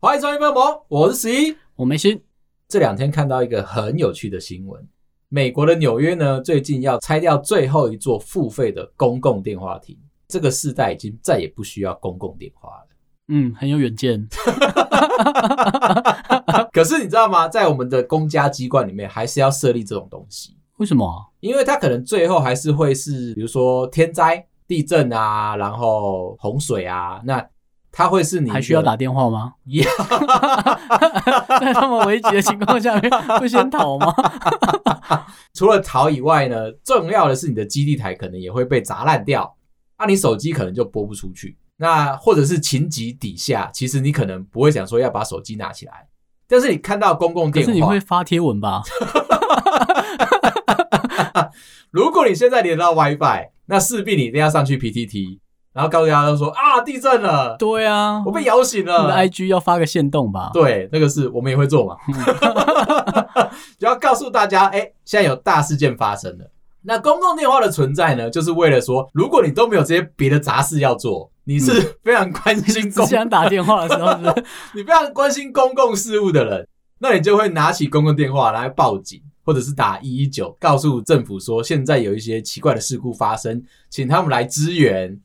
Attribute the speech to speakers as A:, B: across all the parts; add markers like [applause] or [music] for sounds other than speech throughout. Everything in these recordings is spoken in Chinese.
A: 欢迎收听《笨萌》，我是十一。
B: 我没事，
A: 这两天看到一个很有趣的新闻，美国的纽约呢，最近要拆掉最后一座付费的公共电话亭。这个世代已经再也不需要公共电话了。
B: 嗯，很有远见，
A: 可是你知道吗？在我们的公家机关里面，还是要设立这种东西，
B: 为什么啊？
A: 因为它可能最后还是会是，比如说天灾、地震啊，然后洪水啊，那它会是你
B: 还需要
A: 的
B: 打电话吗？
A: 呀
B: 在那么危急的情况下
A: [laughs]
B: 面，不先逃吗？
A: 除了逃以外呢，重要的是你的基地台可能也会被砸烂掉，那、你手机可能就拨不出去。那或者是情急底下，其实你可能不会想说要把手机拿起来，但是你看到公共
B: 可
A: 电
B: 是你
A: 话
B: 会，发贴文吧？
A: 如果你现在连到 WiFi，那势必你一定要上去 PTT，然后告诉大家说啊，地震了，
B: 对啊，
A: 我被摇醒
B: 你的
A: 了。
B: IG 要发个限动吧？
A: 呃对，那个是我们也会做嘛， [laughs] 就要告诉大家，哎、现在有大事件发生了。那公共电话的存在呢，就是为了说，如果你都没有这些别的杂事要做，你是 [laughs] 非常关心
B: 只
A: 公，
B: 想打电话的时候是不
A: [laughs]
B: 是
A: 你非常关心公共事务的人，那你就会拿起公共电话来报警，或者是打一一九，告诉政府说现在有一些奇怪的事故发生，请他们来支援。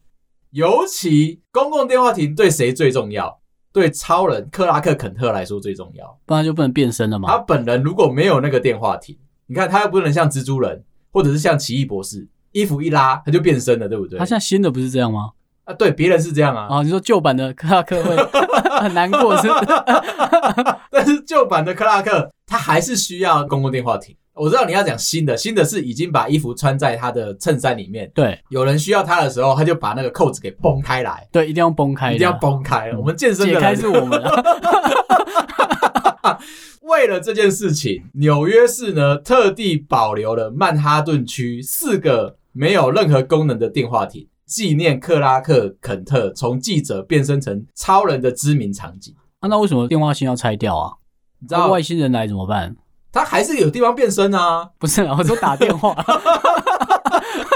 A: 尤其公共电话亭对谁最重要？对超人克拉克肯特来说最重要。
B: 不然就不能变身了
A: 他
B: 嘛？
A: 本人如果没有那个电话亭，你看他又不能像蜘蛛人，或者是像奇异博士，衣服一拉他就变身了，对不对？
B: 他现在新的不是这样吗？
A: 啊，对，别人是这样啊，
B: 啊，你说旧版的克拉克会 [laughs] 很难过是不是？
A: 但是旧版的克拉克他还是需要公共电话亭。我知道你要讲新的，新的是已经把衣服穿在他的衬衫里面，
B: 对
A: 有人需要他的时候，他就把那个扣子给崩开来，
B: 对，一定要崩开的，
A: 一定要崩开。我们健身
B: 解
A: 的
B: 开
A: 人
B: 是我们啊，
A: 为了这件事情，纽约市呢特地保留了曼哈顿区四个没有任何功能的电话亭，纪念克拉克·肯特从记者变身成超人的知名场景。
B: 啊那为什么电话线要拆掉啊？
A: 你知
B: 那
A: 道
B: 外，星人来怎么办？
A: 他还是有地方变身啊。
B: 不是啦，我说打电话。 [laughs]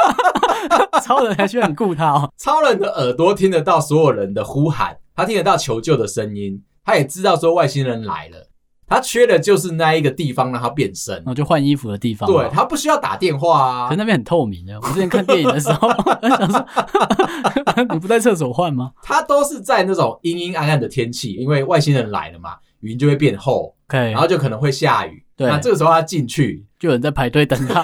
B: 超人还居然雇他哦，
A: 超人的耳朵听得到所有人的呼喊，他听得到求救的声音，他也知道说外星人来了。他缺的就是那一个地方让他变身
B: 然，后就换衣服的地方嘛。
A: 对他不需要打电话啊
B: 可是。那边很透明的。我之前看电影的时候， [laughs] 我想说， [laughs] 你不在厕所换吗
A: 它都是在那种阴阴暗暗的天气，因为外星人来了嘛，云就会变厚，
B: ？OK，
A: 然后就可能会下雨。
B: 对
A: 那这个时候他进去，
B: 就有人在排队等他。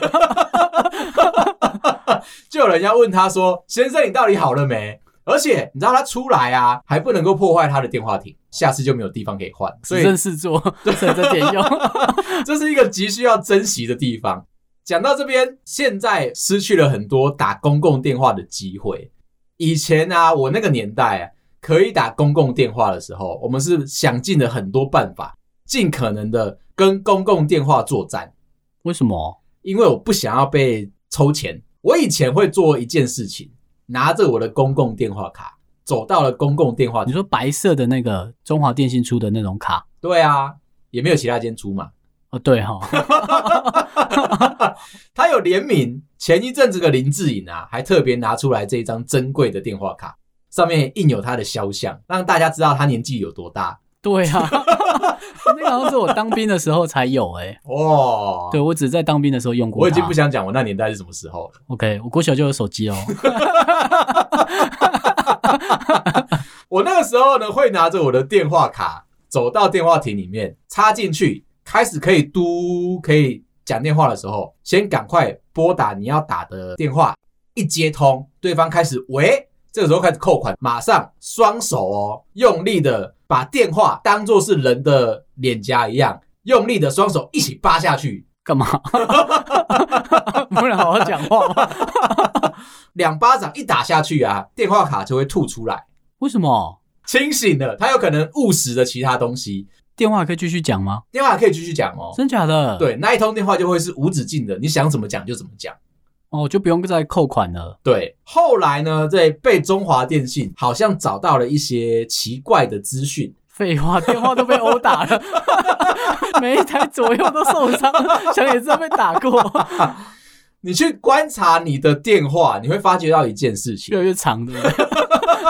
A: 就有人要问他说：“先生，你到底好了没？”而且你知道他出来啊，还不能够破坏他的电话亭，下次就没有地方可以换，所
B: 只
A: 以
B: 剩事做，省着点用。 [laughs]
A: 这是一个极需要珍惜的地方。讲到这边，现在失去了很多打公共电话的机会。以前啊，我那个年代啊，可以打公共电话的时候，我们是想尽了很多办法，尽可能的跟公共电话作战，
B: 为什么？
A: 因为我不想要被抽钱。我以前会做一件事情，拿着我的公共电话卡走到了公共电话
B: 你。说白色的那个中华电信出的那种卡？
A: 对啊，也没有其他间出嘛。
B: 哦，对哈、
A: [laughs] 他有联名，前一阵子的林志颖啊，还特别拿出来这一张珍贵的电话卡，上面印有他的肖像，让大家知道他年纪有多大
B: 对啊， [laughs] 那个好像是我当兵的时候才有哎、
A: 哦。
B: 对，我只在当兵的时候用过它。
A: 我已经不想讲我那年代是什么时候了。
B: OK，我国小就有手机哦。
A: 我那个时候呢，会拿着我的电话卡走到电话亭里面，插进去，开始可以嘟，可以讲电话的时候，先赶快拨打你要打的电话。一接通，对方开始喂，这个时候开始扣款，马上双手哦，用力的把电话当做是人的脸颊一样，用力的双手一起扒下去，
B: 干嘛？ [laughs] 不能好好讲话吗？
A: 两巴掌一打下去啊，电话卡就会吐出来。
B: 为什么
A: 清醒了，他有可能误食了其他东西，
B: 电话可以继续讲吗？
A: 电话可以继续讲哦。
B: 真假的？，
A: 对，那一通电话就会是无止境的，你想怎么讲就怎么讲。
B: 哦，就不用再扣款了。
A: 对，后来呢，在被中华电信好像找到了一些奇怪的资讯，
B: 废话，电话都被殴打了， [laughs] 每一台左右都受伤，想也知道被打过，
A: 你去观察你的电话，你会发觉到一件事情
B: 越，来越长的。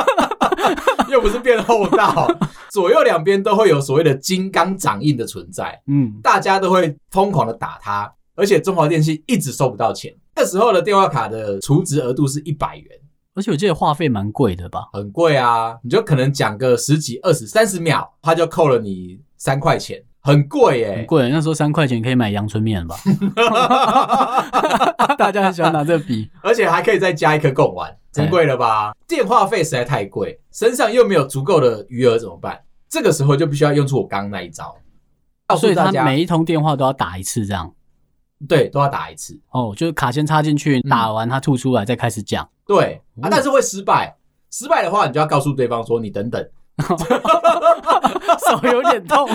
A: [laughs] 又不是变厚道，左右两边都会有所谓的金刚掌印的存在，
B: 嗯，
A: 大家都会疯狂的打它，而且中华电信一直收不到钱。那时候的电话卡的储值额度是一百元，
B: 而且我记得话费蛮贵的吧？
A: 很贵啊，你就可能讲个十几、二十、三十秒，他就扣了你三块钱，很贵耶、
B: 很贵，那时候三块钱可以买阳春面吧？ [laughs] 大家很喜欢拿这比，
A: 而且还可以再加一颗贡丸，真贵了吧？
B: 哎
A: 电话费实在太贵，身上又没有足够的余额怎么办？这个时候就必须要用出我刚刚那一招，告
B: 所
A: 诉
B: 以
A: 大
B: 他
A: 家
B: 每一通电话都要打一次这样。
A: 对都要打一次，
B: 哦，就是卡先插进去，
A: 嗯
B: 打完他吐出来，再开
A: [laughs]
B: 始讲。
A: 对啊
B: 哦，
A: 但是会失败。失败的话，你就要告诉对方说你等等，
B: 手有点痛，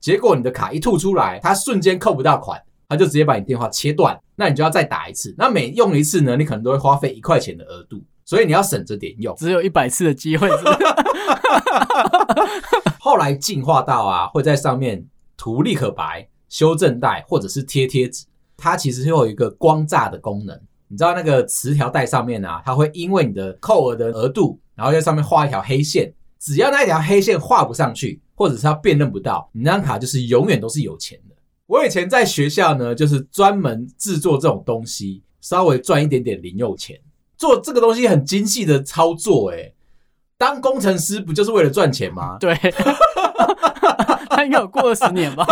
A: 结果你的卡一吐出来，他瞬间扣不到款，他就直接把你电话切断，那你就要再打一次。那每用一次呢，你可能都会花费一块钱的额度，所以你要省着点用。
B: 只有一百次的机会是
A: [laughs]
B: 不是
A: 后来进化到啊，会在上面涂立可白、修正带或者是贴贴纸，它其实会有一个光栅的功能。你知道那个磁条带上面啊，它会因为你的扣额的额度，然后在上面画一条黑线，只要那一条黑线画不上去，或者是它辨认不到，你那张卡就是永远都是有钱的。我以前在学校呢，就是专门制作这种东西，稍微赚一点点零用钱。做这个东西很精细的操作、欸，当工程师不就是为了赚钱吗？
B: 对， [laughs] 他应该有过二十年吧？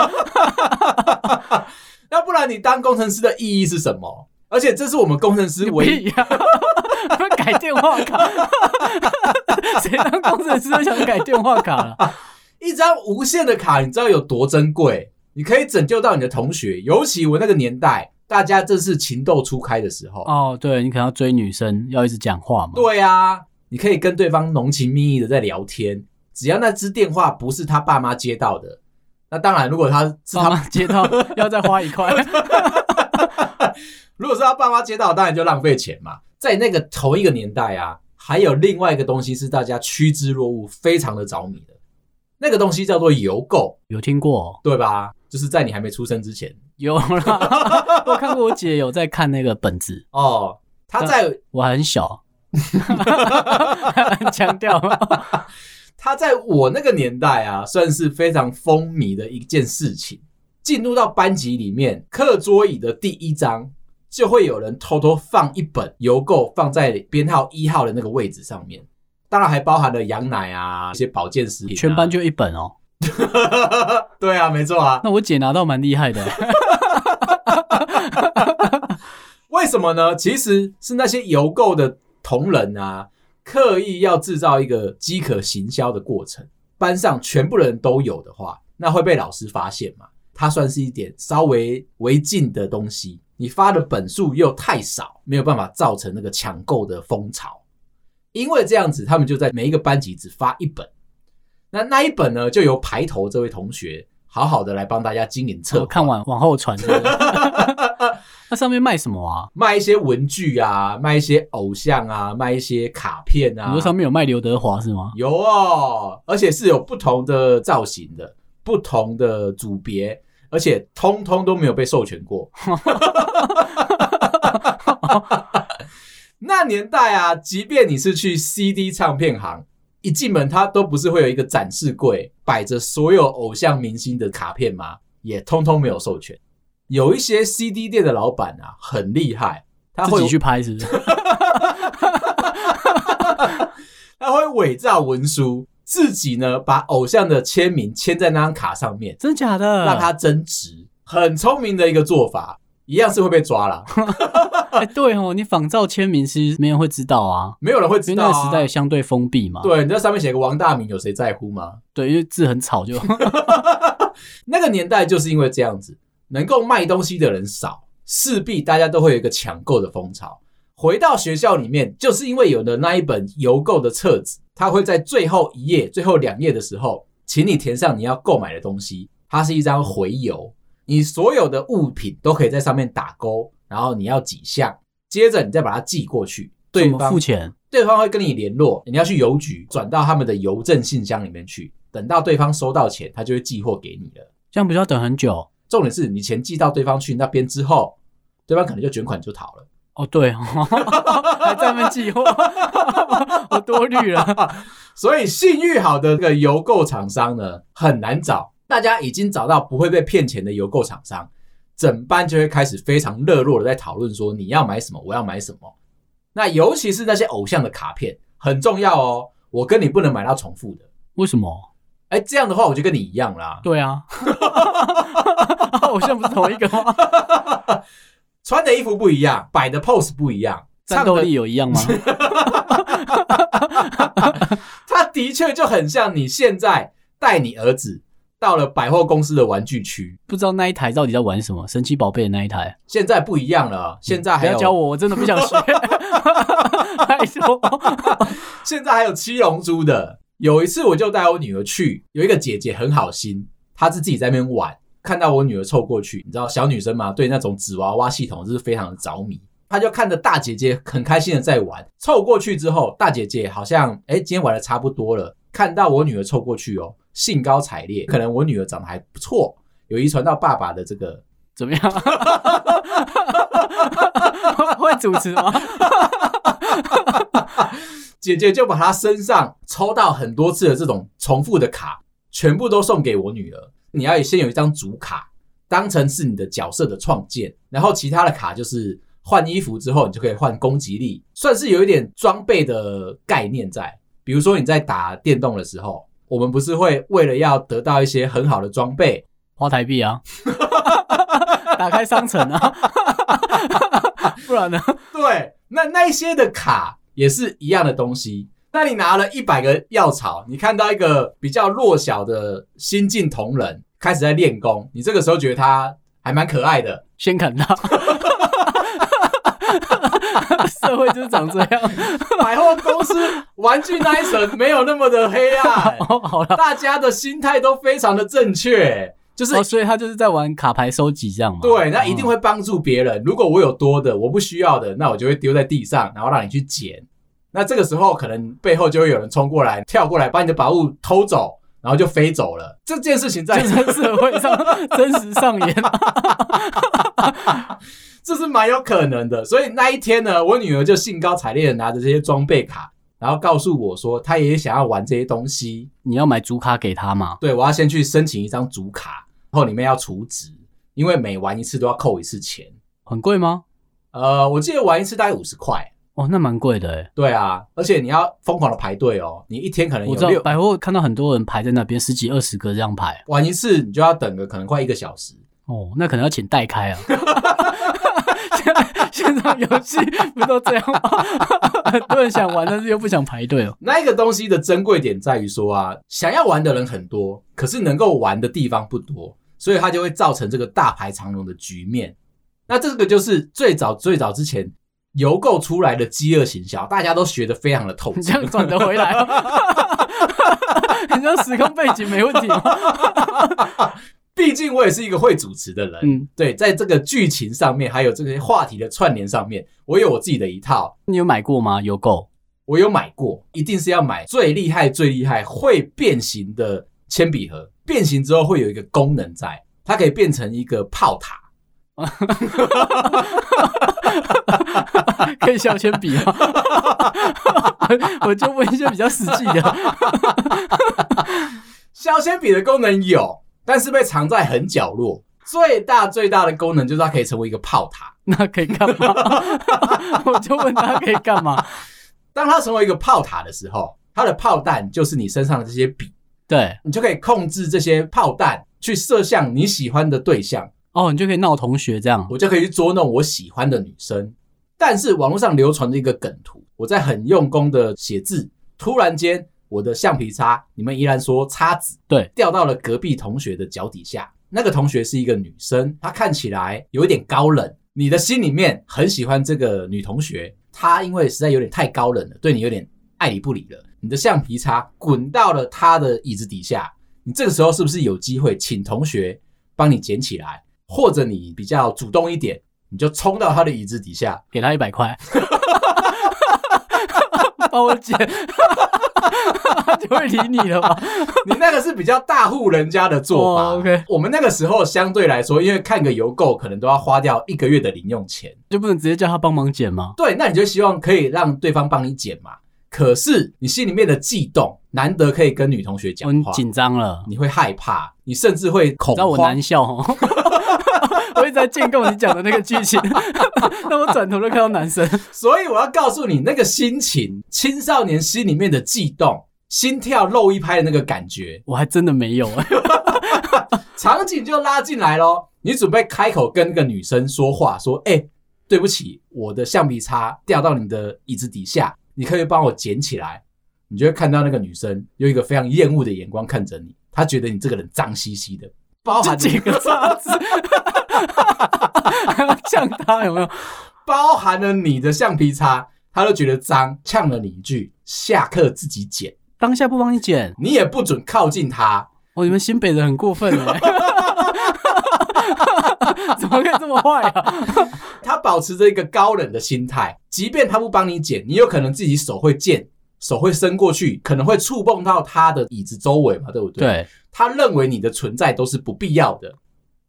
A: 那不然你当工程师的意义是什么？而且这是我们工程师 [laughs] 唯一
B: 屁呀、改电话卡， [laughs] 谁当工程师都想改电话卡了？
A: 一张无限的卡，你知道有多珍贵？你可以拯救到你的同学，尤其我那个年代，大家正是情窦初开的时候。
B: 哦，对你可能要追女生，要一直讲话嘛。，
A: 对啊，你可以跟对方浓情蜜意的在聊天，只要那支电话不是他爸妈接到的，那当然，如果他是
B: 妈
A: 他，
B: 妈接到要再花一
A: [laughs]
B: 块，
A: 如果是他爸妈接到，当然就浪费钱嘛。在那个同一个年代啊，还有另外一个东西是大家趋之若鹜，非常的着迷的，那个东西叫做邮购。
B: 有听过、哦？
A: 对吧？就是在你还没出生之前
B: 有啦， [laughs] 我看过我姐有在看那个本子，
A: 哦，他在
B: 我还
A: [laughs]
B: 很小， [laughs] 很强调
A: 他在我那个年代啊，算是非常风靡的一件事情。进入到班级里面，课桌椅的第一章就会有人偷偷放一本邮购放在编号一号的那个位置上面，当然还包含了羊奶啊，一些保健食品、
B: 全班就一本哦。
A: [laughs] 对啊，没错啊。
B: 那我姐拿到蛮厉害的，哦
A: 为什么呢？其实是那些邮购的同仁啊，刻意要制造一个饥渴行销的过程。班上全部人都有的话，那会被老师发现嘛？它算是一点稍微违禁的东西。你发的本数又太少，没有办法造成那个抢购的风潮。因为这样子，他们就在每一个班级只发一本。那那一本呢，就由排头这位同学好好的来帮大家经营策
B: 我
A: [laughs] 划。
B: 看往往后传是不是
A: [laughs]
B: 那上面卖什么啊？
A: 卖一些文具啊，卖一些偶像啊，卖一些卡片啊
B: 你说，上面有卖刘德华是吗？
A: 有哦，而且是有不同的造型的，不同的组别，而且通通都没有被授权过。
B: [laughs]
A: 那年代啊，即便你是去 CD 唱片行，一进门它都不是会有一个展示柜摆着所有偶像明星的卡片吗？也通通没有授权。有一些 CD 店的老板啊，很厉害，他
B: 自
A: 会
B: 己去拍
A: [laughs]
B: 是不是？
A: 他会伪造文书，自己呢把偶像的签名签在那张卡上面，
B: 真假的？
A: 让它增值，很聪明的一个做法，一样是会被抓啦，
B: 哎，对哦，你仿照签名其实没人会知道啊，
A: 没有人会
B: 因
A: 知
B: 为 [laughs]
A: 道、
B: 那
A: 啊。
B: 个时代相对封闭嘛。
A: 对你在上面写个王大明，有谁在乎吗？
B: 对，因为字很草就 [laughs]
A: 那个年代就是因为这样子，能够卖东西的人少，势必大家都会有一个抢购的风潮。回到学校里面，就是因为有了那一本邮购的册子，它会在最后一页、最后两页的时候，请你填上你要购买的东西。它是一张回邮，你所有的物品都可以在上面打勾，然后你要几项，接着你再把它寄过去。对
B: 怎么
A: 方
B: 付钱？
A: 对方会跟你联络，你要去邮局转到他们的邮政信箱里面去，等到对方收到钱，他就会寄货给你了。
B: 这样不就要等很久？
A: 重点是你钱寄到对方去那边之后，对方可能就卷款就逃了。
B: 哦，
A: [laughs]
B: 对，还在那边计划， [laughs] 我多虑了。
A: 所以信誉好的这个邮购厂商呢，很难找。大家已经找到不会被骗钱的邮购厂商，整班就会开始非常热络的在讨论说你要买什么，我要买什么。那尤其是那些偶像的卡片很重要哦，我跟你不能买到重复的。
B: 为什么？
A: 哎，这样的话我就跟你一样啦。[laughs]
B: 对啊，偶像不是同一个吗？
A: 穿的衣服不一样，摆的 pose 不一样，
B: 战
A: 唱
B: 斗
A: 的
B: 力有一样吗？
A: 他的确就很像你现在带你儿子到了百货公司的玩具区。
B: 不知道那一台到底在玩什么？神奇宝贝的那一台，
A: 现在不一样了，现在
B: 嗯
A: 啊
B: 不
A: 还
B: 要
A: 有、
B: 教我，我真的不想
A: [laughs]
B: 学。拜托，
A: 现在还有七龙珠的。有一次我就带我女儿去，有一个姐姐很好心，她是自己在那边玩，看到我女儿凑过去，你知道小女生嘛，对那种纸娃娃系统是非常的着迷。她就看着大姐姐很开心的在玩，凑过去之后，大姐姐好像哎、诶今天玩的差不多了，看到我女儿凑过去哦，兴高采烈，可能我女儿长得还不错，有遗传到爸爸的这个，
B: 怎么样？ [laughs] 会主持吗？
A: 姐姐就把她身上抽到很多次的这种重复的卡，全部都送给我女儿。你要先有一张主卡，当成是你的角色的创建，然后其他的卡就是换衣服之后，你就可以换攻击力，算是有一点装备的概念在。比如说你在打电动的时候，我们不是会为了要得到一些很好的装备，
B: 花台币啊，打开商城啊，不然呢？
A: 对，那那一些的卡也是一样的东西。那你拿了一百个药草，你看到一个比较弱小的新晋同人开始在练功，你这个时候觉得他还蛮可爱
B: [laughs]
A: 的，
B: 先砍他。社会就是长这样。
A: 百货公司玩具那一层没有那么的黑
B: [laughs]
A: 暗，
B: 哦，好了，
A: 大家的心态都非常的正确，就是
B: 哦，所以他就是在玩卡牌收集这样嘛。
A: 对，那一定
B: 哦
A: 会帮助别人。如果我有多的，我不需要的，那我就会丢在地上，然后让你去捡。那这个时候，可能背后就会有人冲过来，跳过来把你的宝物偷走，然后就飞走了。这件事情在
B: 就在社会上 [laughs] 真实上演。
A: [laughs]
B: [laughs]
A: 这是蛮有可能的。所以那一天呢，我女儿就兴高采烈的拿着这些装备卡，然后告诉我说，她也想要玩这些东西。
B: 你要买主卡给他嘛？
A: 对我要先去申请一张主卡，然后里面要储值，因为每玩一次都要扣一次钱。
B: 很贵吗？
A: 呃，我记得玩一次大概五十块。
B: 哦，那蛮贵的诶。
A: 对啊，而且你要疯狂的排队哦，你一天可能有
B: 我知道
A: 六
B: 百货看到很多人排在那边，十几二十个这样排。
A: 玩一次，你就要等个可能快一个小时。
B: 哦，那可能要请代开啊。 [laughs] 现在现在游戏不都这样吗？ [laughs] 很多人想玩，但是又不想排队哦。 [laughs]
A: 那一个东西的珍贵点在于说啊，想要玩的人很多，可是能够玩的地方不多，所以它就会造成这个大排长龙的局面。那这个就是最早最早之前邮购出来的饥饿行销，大家都学得非常的透
B: [laughs] 你这
A: 彻。
B: 样转得回来哦？ [laughs] 你这样时空背景没问
A: [laughs]
B: 题吗？
A: 毕竟我也是一个会主持的人，
B: 嗯，
A: 对，在这个剧情上面，还有这些话题的串联上面，我有我自己的一套，
B: 你有买过吗？邮购
A: 我有买过，一定是要买最厉害、最厉害会变形的铅笔盒。变形之后会有一个功能在，它可以变成一个炮塔。
B: 可以削铅笔吗？ [laughs] 我就问一些比较实际的。
A: 削铅笔的功能有，但是被藏在很角落。最大最大的功能就是它可以成为一个炮塔。
B: 那可以干嘛？ [laughs] 我就问他可以干嘛？
A: 当它成为一个炮塔的时候，它的炮弹就是你身上的这些笔，
B: 对，
A: 你就可以控制这些炮弹去射向你喜欢的对象。
B: 哦，你就可以闹同学这样。
A: 我就可以去捉弄我喜欢的女生。但是网络上流传的一个梗图，我在很用功的写字，突然间我的橡皮擦，你们依然说擦子，
B: 对，
A: 掉到了隔壁同学的脚底下。那个同学是一个女生，她看起来有一点高冷，你的心里面很喜欢这个女同学，她因为实在有点太高冷了，对你有点爱理不理了。你的橡皮擦滚到了她的椅子底下，你这个时候是不是有机会请同学帮你捡起来？或者你
B: [laughs]
A: 比较主动一点，你就冲到他的椅子底下，
B: 给他一百块，帮我剪， [laughs] 就会理你了吧？
A: 你那个是比较大户人家的做法。
B: 哦，OK
A: 我们那个时候相对来说，因为看个邮购可能都要花掉一个月的零用钱，
B: 就不能直接叫他帮忙剪吗？
A: 对，那你就希望可以让对方帮你剪嘛。可是你心里面的悸动，难得可以跟女同学讲
B: 我很
A: 话，
B: 紧张了，
A: 你会害怕，你甚至会恐
B: 你知道我
A: 慌
B: 难。笑哦。 [laughs] 我一直在建构你讲的那个剧情， [laughs] 那我转头就看到男生，
A: 所以我要告诉你，那个心情，青少年心里面的悸动，心跳漏一拍的那个感觉，
B: 我还真的没有哎、
A: 场景就拉进来咯。你准备开口跟那个女生说话，说：“哎、对不起，我的橡皮擦掉到你的椅子底下，你可以帮我捡起来。”你就会看到那个女生用一个非常厌恶的眼光看着你，她觉得你这个人脏兮兮的，包
B: 就
A: 含
B: 几个叉子， [laughs] 还要呛他有没有？
A: [laughs] 包含了你的橡皮擦，她都觉得脏，呛了你一句：“下课自己捡，
B: 当下不帮你剪，
A: 你也不准靠近她。”
B: 哦，你们新北人很过分哎、 [laughs] 怎么可以这么坏啊？
A: 他保持着一个高冷的心态，即便他不帮你捡，你有可能自己手会贱，手会伸过去，可能会触碰到他的椅子周围嘛，对不对？，
B: 对，
A: 他认为你的存在都是不必要的，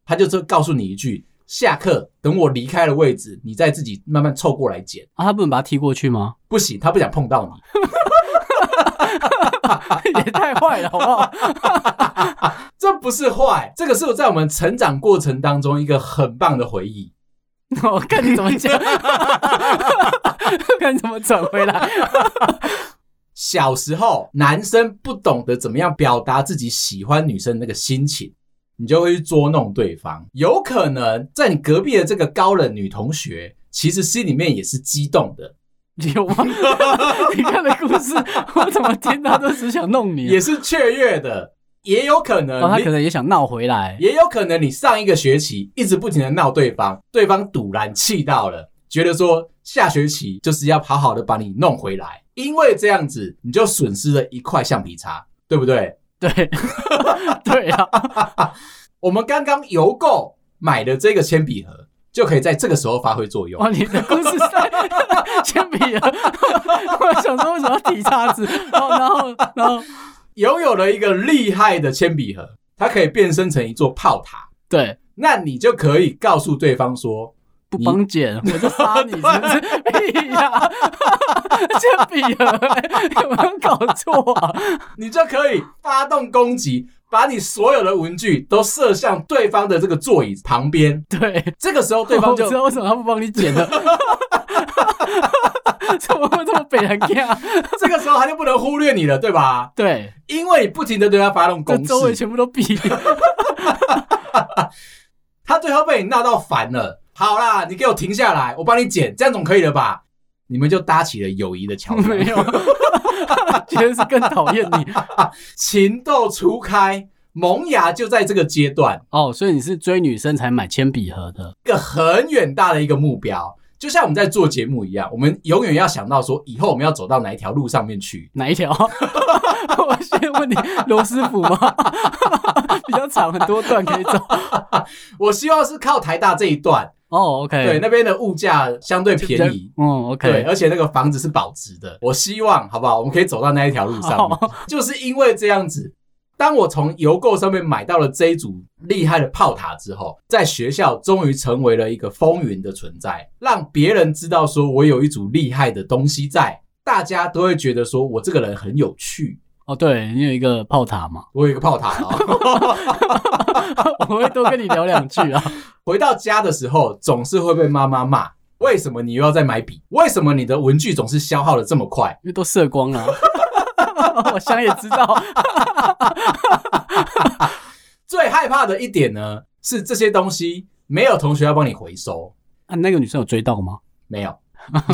A: 他就这告诉你一句：下课，等我离开了位置，你再自己慢慢凑过来捡。
B: 啊，他不能把他踢过去吗？
A: 不行，他不想碰到你。
B: [laughs] 也太坏了，好不好？ [laughs]
A: 这不是坏，这个是在我们成长过程当中一个很棒的回忆。
B: 我哦看你怎么讲， [laughs] 看你怎么转回来。
A: 小时候男生不懂得怎么样表达自己喜欢女生的那个心情，你就会去捉弄对方。有可能在你隔壁的这个高冷女同学，其实心里面也是激动的， [laughs]
B: 有吗？你看的故事，我怎么听他都只想弄你啊、
A: 也是雀跃的，也有可能
B: 哦，他
A: 你
B: 可能也想闹回来。
A: 也有可能你上一个学期一直不停的闹对方，对方堵然气到了，觉得说下学期就是要好好的把你弄回来，因为这样子你就损失了一块橡皮擦，对不对？
B: 对， [laughs] 对啊，
A: 我们刚刚邮购买的这个铅笔盒，就可以在这个时候发挥作用。
B: 哇，哦你的故事是在铅笔啊！ [laughs] 我想说为什么要提叉子？然后，然后，然后，
A: 拥有了一个厉害的铅笔盒，它可以变身成一座炮塔，
B: 对，
A: 那你就可以告诉对方说，
B: 不帮剪，我就杀你，是不
A: [laughs]
B: 是？屁呀、 [laughs] 铅笔盒、欸有没有搞错啊？
A: 你就可以发动攻击，把你所有的文具都射向对方的这个座椅旁边。
B: [laughs] 对，
A: 这个时候，对方
B: 我
A: 就
B: 知道为什么他不帮你剪了。 [laughs] 怎么会这么北啊人家？
A: 这个时候他就不能忽略你了，对吧？
B: [laughs] 对，
A: 因为你不停的对他发动
B: 这
A: 攻
B: 周围
A: 势，
B: 全部都比。
A: 他最后被你闹到烦了。好啦，你给我停下来，我帮你剪，这样总可以了吧？你们就搭起了友谊的桥梁。
B: [laughs] 没有，觉得是更讨厌你
A: 情窦初开，萌芽就在这个阶段，
B: [laughs] 哦。所以你是追女生才买铅笔盒的，
A: 一个很远大的一个目标。就像我们在做节目一样，我们永远要想到说，以后我们要走到哪一条路上面去。
B: 哪一条？ [laughs] 我先问你，罗斯福吗？ [laughs] 比较长，很多段可以走。
A: 我希望是靠台大这一段，
B: 哦，OK，
A: 对那边的物价相对
B: 比较
A: 便宜，
B: 嗯
A: 对，
B: ，OK，
A: 而且那个房子是保值的。我希望，好不好？我们可以走到那一条路上面
B: 好，
A: 就是因为这样子。当我从邮购上面买到了这一组厉害的炮塔之后，在学校终于成为了一个风云的存在，让别人知道说我有一组厉害的东西在，大家都会觉得说我这个人很有趣，
B: 哦，对你有一个炮塔嘛，
A: 我有一个炮塔哦。
B: [laughs] 我会多跟你聊两句啊。
A: 回到家的时候，总是会被妈妈骂，为什么你又要再买笔？为什么你的文具总是消耗的这么快？
B: [laughs] 因为都射光了。 [laughs] 我想也知道，
A: 最害怕的一点呢，是这些东西没有同学要帮你回收，
B: 啊，那个女生有追到吗？
A: 没有。 [laughs]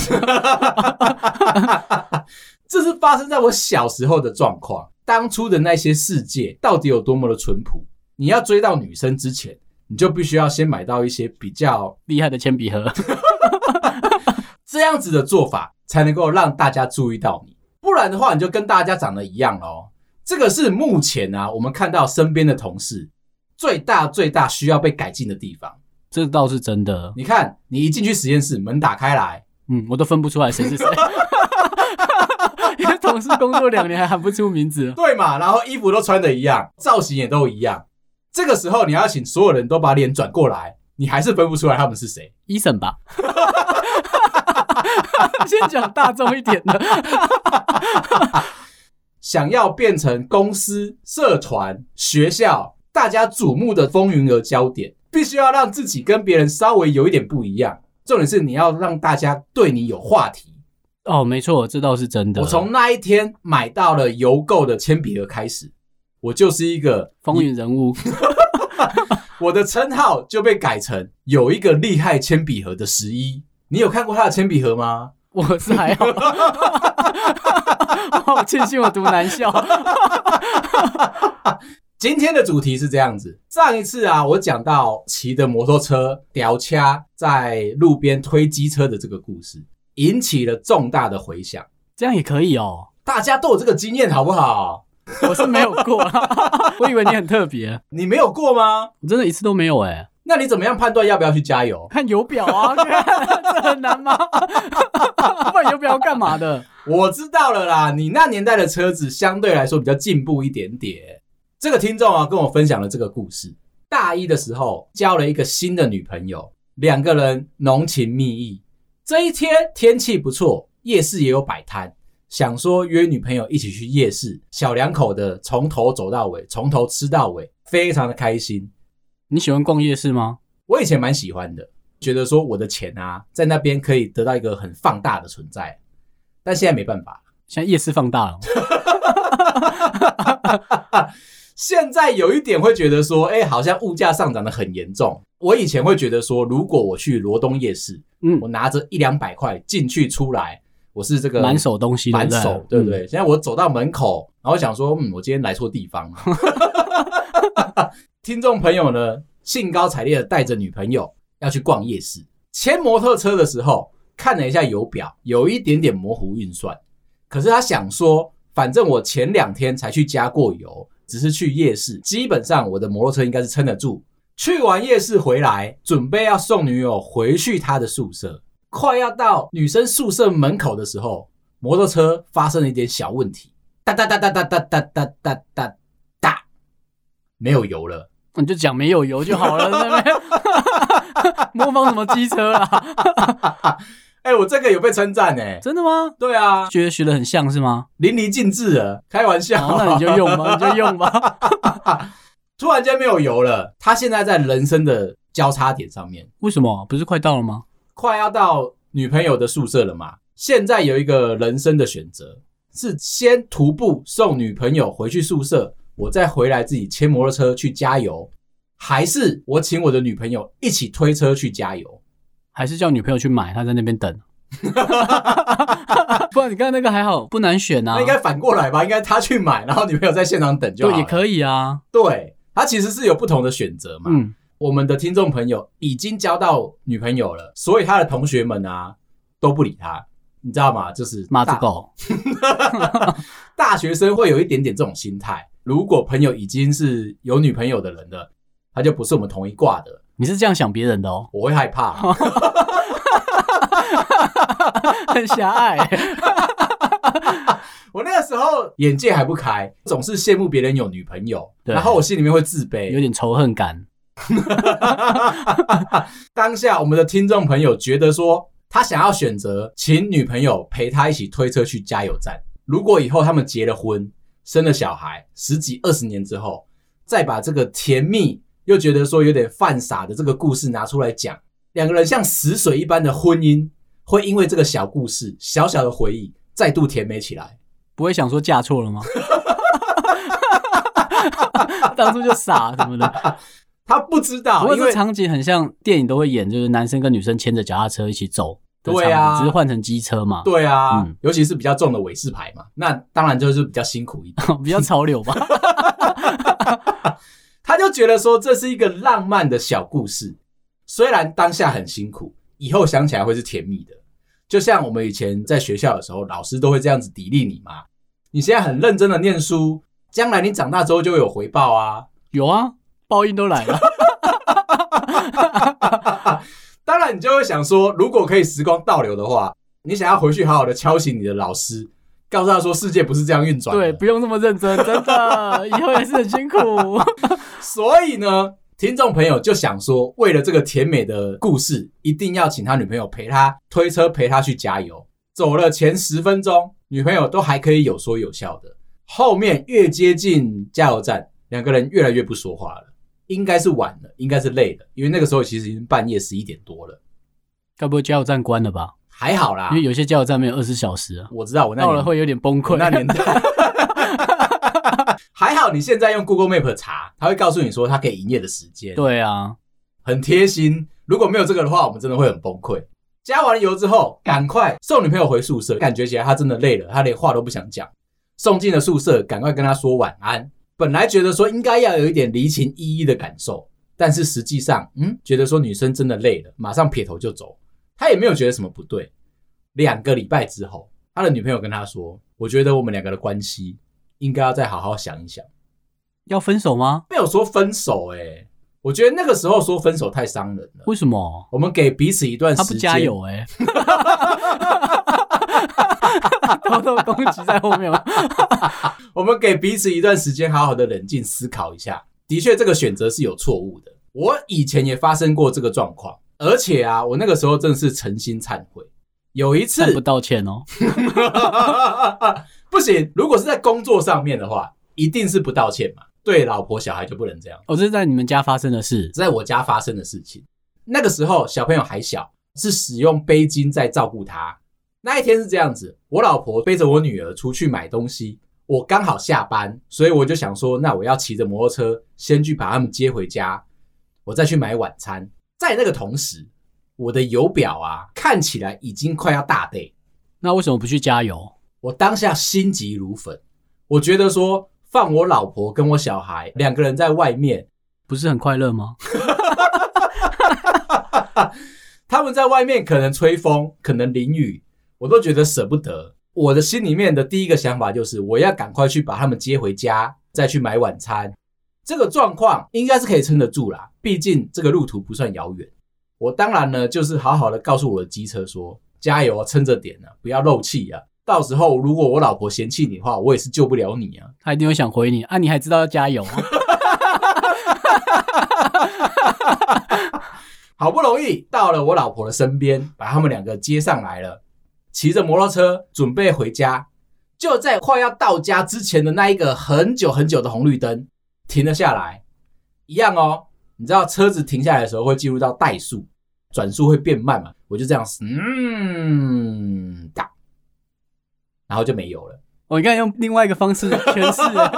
A: 这是发生在我小时候的状况。当初的那些世界到底有多么的淳朴？你要追到女生之前，你就必须要先买到一些比较
B: 厉害的铅笔盒，
A: 这样子的做法，才能够让大家注意到你。不然的话，你就跟大家长得一样喽。这个是目前啊，我们看到身边的同事最大最大需要被改进的地方。
B: 这倒是真的。
A: 你看，你一进去实验室，门打开来，
B: 嗯，我都分不出来谁是谁。 [laughs] 因为同事工作两年还喊不出名字，
A: 对嘛？然后衣服都穿的一样，造型也都一样。这个时候你要请所有人都把脸转过来，你还是分不出来他们是谁。
B: 医生吧。 [laughs] 先讲大众一点的，
A: 想要变成公司、社团、学校大家瞩目的风云和焦点，必须要让自己跟别人稍微有一点不一样。重点是你要让大家对你有话题。
B: 哦，没错，这倒是真的。
A: 我从那一天买到了邮购的铅笔盒开始，我就是一个
B: 风云人物，
A: 我的称号就被改成有一个厉害铅笔盒的十一。你有看过他的铅笔盒吗？
B: 我是还好， [laughs] 我好庆幸我读男校。
A: 今天的主题是这样子。上一次啊，我讲到骑的摩托车吊掐在路边推机车的这个故事，引起了重大的回响。
B: 这样也可以哦，
A: 大家都有这个经验，好不好？
B: 我是没有过 [laughs] 啦，我以为你很特别，
A: 你没有过吗？
B: 我真的一次都没有哎、
A: 那你怎么样判断要不要去加油？
B: 看油表啊， [laughs] 看这很难吗？ [laughs] 不然油表要干嘛的？
A: 我知道了啦，你那年代的车子相对来说比较进步一点点。这个听众啊，跟我分享了这个故事。大一的时候交了一个新的女朋友，两个人浓情蜜意。这一天天气不错，夜市也有摆摊，想说约女朋友一起去夜市，小两口的从头走到尾，从头吃到尾，非常的开心。
B: 你喜欢逛夜市吗？
A: 我以前蛮喜欢的，觉得说我的钱啊，在那边可以得到一个很放大的存在，但现在没办法。
B: 现在夜市放
A: [laughs]
B: 大了，
A: [laughs] 现在有一点会觉得说，哎、好像物价上涨的很严重。我以前会觉得说，如果我去罗东夜市，
B: 嗯
A: 我，拿着一两百块进去出来，我是这个
B: 满手东西，
A: 满
B: 对不
A: 手，对不
B: 嗯
A: 对？现在我走到门口，然后想说，嗯，我今天来错地方 [laughs] 了。听众朋友呢，兴高采烈的带着女朋友要去逛夜市，牵摩托车的时候看了一下油表，有一点点模糊运算。可是他想说，反正我前两天才去加过油，只是去夜市，基本上我的摩托车应该是撑得住。去完夜市回来，准备要送女友回去她的宿舍，快要到女生宿舍门口的时候，摩托车发生了一点小问题，哒哒哒哒哒哒哒哒哒哒哒，没有油了。 [laughs]
B: 嗯你就讲没有油就好了，在那边 [laughs] 模仿什么机车啦？
A: 哎、我这个有被称赞哎，
B: 真的吗？
A: 对啊，
B: 觉得学的很像是吗？
A: 淋漓尽致了，开玩笑。
B: 好，哦那你就用吧，你就用吧。
A: [laughs] 突然间没有油了，他现在在人生的交叉点上面，
B: 为什么？不是快到了吗？
A: 快要到女朋友的宿舍了嘛。现在有一个人生的选择，是先徒步送女朋友回去宿舍，我再回来自己牵摩托车去加油，还是我请我的女朋友一起推车去加油？
B: 还是叫女朋友去买，她在那
A: [laughs]
B: 边等。不然你刚才那个还好，不难选啊
A: 那应，该反过来吧？应该他去买，然后女朋友在现场等就
B: 对
A: 好
B: 也
A: 了。
B: 可以啊。
A: 对，他其实是有不同的选择嘛。
B: 嗯，
A: 我们的听众朋友已经交到女朋友了，所以他的同学们啊都不理他，你知道吗？就是
B: 骂这
A: 大
B: 狗，
A: 大学生会有一点点这种心态。如果朋友已经是有女朋友的人了，他就不是我们同一挂的，
B: 你是这样想别人
A: [laughs]
B: 的哦，
A: 我会害怕。
B: 很狭
A: [laughs]
B: 隘。
A: 我那个时候眼界还不开，总是羡慕别人有女朋友，
B: 对
A: 然后我心里面会自卑
B: 有。点仇恨感。
A: [laughs] 当下我们的听众朋友觉得说，他想要选择请女朋友陪他一起推车去加油站。如果以后他们结了婚，生了小孩，十几二十年之后，再把这个甜蜜又觉得说有点犯傻的这个故事拿出来讲，两个人像死水一般的婚姻，会因为这个小故事、小小的回忆，再度甜美起来。
B: 不会想说嫁错了吗？ [laughs] 当初就傻什么
A: [laughs]
B: 的。
A: 他不知
B: 不
A: 道，
B: 过
A: 因
B: 这
A: 为
B: 场景很像电影都会演，就是男生跟女生牵着脚踏车一起走的场景。
A: 对啊
B: 只是换成机车嘛，
A: 对啊，
B: 嗯
A: 尤其是比较重的尾饰牌嘛，那当然就是比较辛苦一点。
B: [laughs] 比较潮流吧。
A: [laughs] 他就觉得说这是一个浪漫的小故事，虽然当下很辛苦，以后想起来会是甜蜜的。就像我们以前在学校的时候，老师都会这样子砥砺你嘛。你现在很认真的念书，将来你长大之后就会有回报啊。
B: 有啊，报应都来了。
A: 当然，你就会想说，如果可以时光倒流的话，你想要回去好好的敲醒你的老师，告诉他说世界不是这样运转的。
B: 对，不用那么认真，
A: [laughs]
B: 真的，以后也是很辛苦。
A: 所以呢，听众朋友就想说，为了这个甜美的故事，一定要请他女朋友陪他推车，陪他去加油。走了前十分钟，女朋友都还可以有说有笑的。后面越接近加油站，两个人越来越不说话了。应该是晚了，应该是累了，因为那个时候其实已经半夜十一点多了。
B: 该不会加油站关了吧？
A: 还好啦
B: [laughs] 因，为有些加油站没有二十小时啊，
A: 我知道啊我那
B: 到了
A: 年
B: 会有点崩
A: 我
B: 溃。
A: 那年代。 [laughs] 还好你现在用 Google Map 查，它会告诉你说它可以营业的时间。
B: [laughs] 对啊，
A: 很贴心。如果没有这个的话，我们真的会很崩溃。加完油之后，赶快送女朋友回宿舍。感觉起来她真的累了，她连话都不想讲。送进了宿舍，赶快跟她说晚安。本来觉得说应该要有一点离情依依的感受，但是实际上，嗯，觉得说女生真的累了，马上撇头就走。他也没有觉得什么不对。两个礼拜之后，他的女朋友跟他说：“我觉得我们两个的关系应该要再好好想一想。”
B: 要分手吗？
A: 没有说分手、欸，我觉得那个时候说分手太伤人了。
B: 为什么？
A: 我们给彼此一段时
B: 他
A: 间，
B: 不加油哎、 [laughs] 偷偷攻击在后
A: [laughs]
B: 面吗？
A: 我们给彼此一段时间，好好的冷静思考一下。的确，这个选择是有错误的。我以前也发生过这个状况，而且啊，我那个时候真的是诚心忏悔。有一次
B: 但不道歉哦。
A: [laughs] 不行，如果是在工作上面的话，一定是不道歉嘛。对老婆小孩就不能这样。
B: 哦，这是在你们家发生的事。
A: 在我家发生的事情。那个时候小朋友还小，是使用背巾在照顾他。那一天是这样子，我老婆背着我女儿出去买东西，我刚好下班，所以我就想说，那我要骑着摩托车先去把他们接回家，我再去买晚餐。在那个同时，我的油表啊看起来已经快要大 day，
B: 那为什么不去加油？
A: 我当下心急如焚，我觉得说放我老婆跟我小孩两个人在外面，
B: 不是很快乐吗？
A: 他们在外面可能吹风，可能淋雨，我都觉得舍不得。我的心里面的第一个想法就是，我要赶快去把他们接回家，再去买晚餐。这个状况应该是可以撑得住啦，毕竟这个路途不算遥远。我当然呢，就是好好的告诉我的机车说：“加油啊，撑着点啊，不要漏气啊！到时候如果我老婆嫌弃你的话，我也是救不了你啊。”
B: 他一定会想回你啊！你还知道要加油、啊 [laughs]
A: 好不容易到了我老婆的身边，把他们两个接上来了，骑着摩托车准备回家。就在快要到家之前的那一个很久很久的红绿灯停了下来，一样哦。你知道车子停下来的时候会进入到怠速，转速会变慢嘛？我就这样，嗯，哒，然后就没有了。
B: 我哦你看用另外一个方式诠释、欸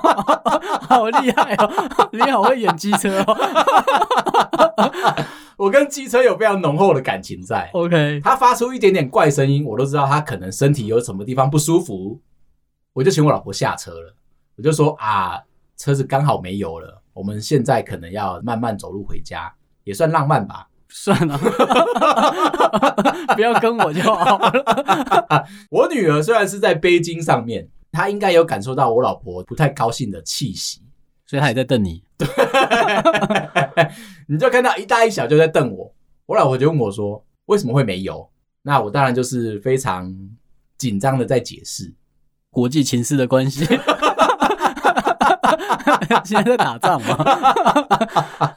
B: [laughs] 好厉害哦！你好会演机车哦。
A: 我跟机车有非常浓厚的感情在，
B: OK，
A: 他发出一点点怪声音，我都知道他可能身体有什么地方不舒服，我就请我老婆下车了。我就说啊，车子刚好没油了，我们现在可能要慢慢走路回家，也算浪漫吧。
B: 算了，不要跟我就好了。
A: 我女儿虽然是在背巾上面，她应该有感受到我老婆不太高兴的气息，
B: 所以他也在瞪你。
A: 你就看到一大一小就在瞪我。我老婆就问我说：“为什么会没油？”那我当然就是非常紧张的在解释。
B: 国际情势的关系， [laughs] 现在在打仗吗？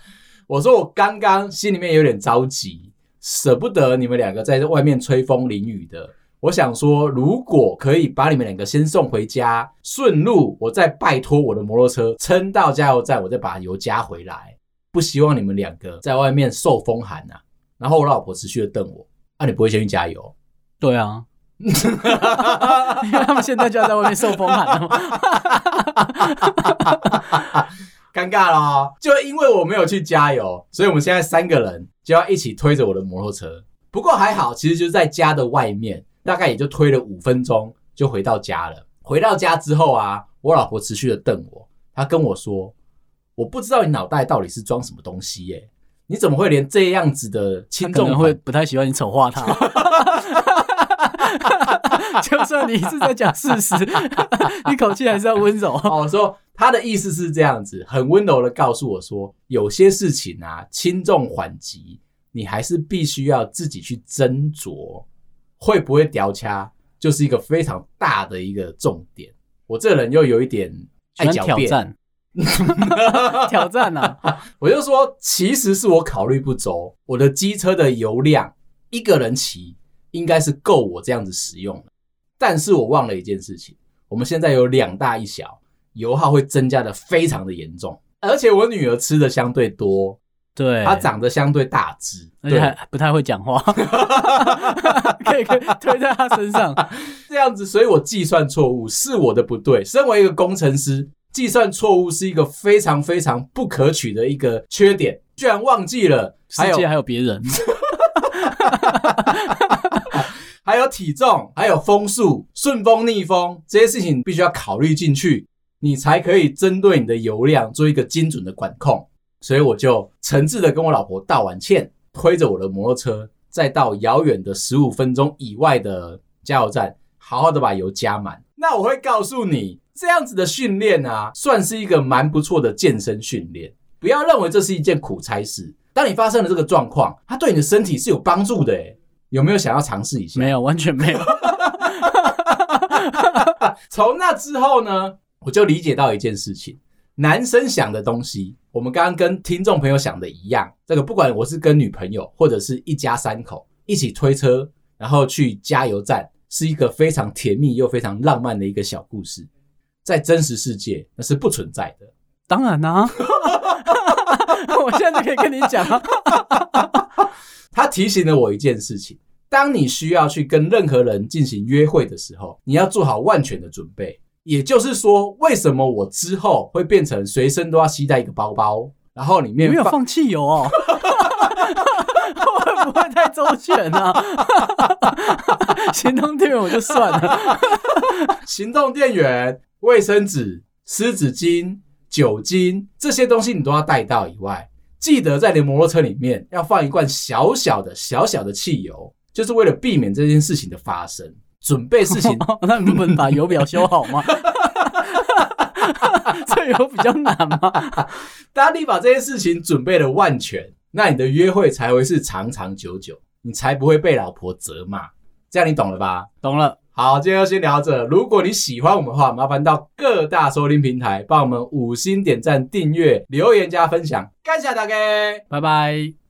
A: 我说我刚刚心里面有点着急，舍不得你们两个在外面吹风淋雨的。我想说，如果可以把你们两个先送回家，顺路我再拜托我的摩托车撑到加油站，我再把油加回来。不希望你们两个在外面受风寒呐、然后我老婆持续的瞪我，啊，你不会先去加油？[laughs]
B: 对啊，因为他们现在就要在外面受风
A: [laughs]
B: 寒了嘛。
A: 尴尬啦！就因为我没有去加油，所以我们现在三个人就要一起推着我的摩托车。不过还好，其实就是在家的外面，大概也就推了五分钟就回到家了。回到家之后啊，我老婆持续的瞪我，她跟我说：“我不知道你脑袋到底是装什么东西耶、你怎么会连这样子的
B: 他
A: 轻
B: 可
A: 重
B: 能
A: 缓
B: 会不太喜欢你丑化
A: [laughs]
B: 他。就算你是在讲
A: [laughs]
B: 事实，你口气还是要温柔。
A: 哦，说他的意思是这样子，很温柔的告诉我说，有些事情啊，轻重缓急，你还是必须要自己去斟酌。会不会屌掐，就是一个非常大的一个重点。我这人又有一点爱
B: 喜
A: 狡
B: 欢挑
A: 辩，
B: 战，
A: [laughs]
B: 挑战呐、啊！
A: 我就说，其实是我考虑不周，我的机车的油量一个人骑应该是够我这样子使用的，但是我忘了一件事情，我们现在有两大一小，油耗会增加的非常的严重，而且我女儿吃的相对多，
B: 对，
A: 她长得相对大只，
B: 而且
A: 对
B: 还不太会讲
A: [laughs]
B: 话，可以可以推在他身上。
A: 这样子，所以我计算错误是我的不对。身为一个工程师，计算错误是一个非常非常不可取的一个缺点，居然忘记了。
B: 世
A: 还有
B: 界还有别人，
A: 还有体重，还有风速、顺风、逆风这些事情，必须要考虑进去，你才可以针对你的油量做一个精准的管控。所以我就诚挚的跟我老婆道完歉，推着我的摩托车，再到遥远的十五分钟以外的加油站，好好的把油加满。那我会告诉你，这样子的训练啊，算是一个蛮不错的健身训练。不要认为这是一件苦差事。当你发生了这个状况，它对你的身体是有帮助的。诶有没有想要尝试一下？
B: 没有，完全没有。
A: 从那之后呢，我就理解到一件事情：男生想的东西，我们刚刚跟听众朋友想的一样。这个不管我是跟女朋友，或者是一家三口一起推车，然后去加油站，是一个非常甜蜜又非常浪漫的一个小故事。在真实世界，那是不存在的。
B: 当然啦、
A: [laughs]
B: 我现在就可以跟你讲啊，
A: 他提醒了我一件事情：当你需要去跟任何人进行约会的时候，你要做好万全的准备。也就是说，为什么我之后会变成随身都要携带一个包包，然后里
B: 你
A: 面
B: 没有
A: 放
B: 放汽油哦。会不会太周全呢、啊？行动电源我就算了，
A: 行动电源、卫生纸、湿纸巾、酒精这些东西你都要带到以外，记得在你的摩托车里面要放一罐小小的、小小的汽油，就是为了避免这件事情的发生。准备事情
B: 那你们把油表修好吗？这油比较难吗？
A: 当你把这些事情准备了万全，那你的约会才会是长长久久，你才不会被老婆责骂。这样你懂了吧？
B: 懂了，
A: 好，今天就先聊到这。如果你喜欢我们的话，麻烦到各大收听平台帮我们五星点赞、订阅、留言加分享，感谢大家。
B: 拜拜。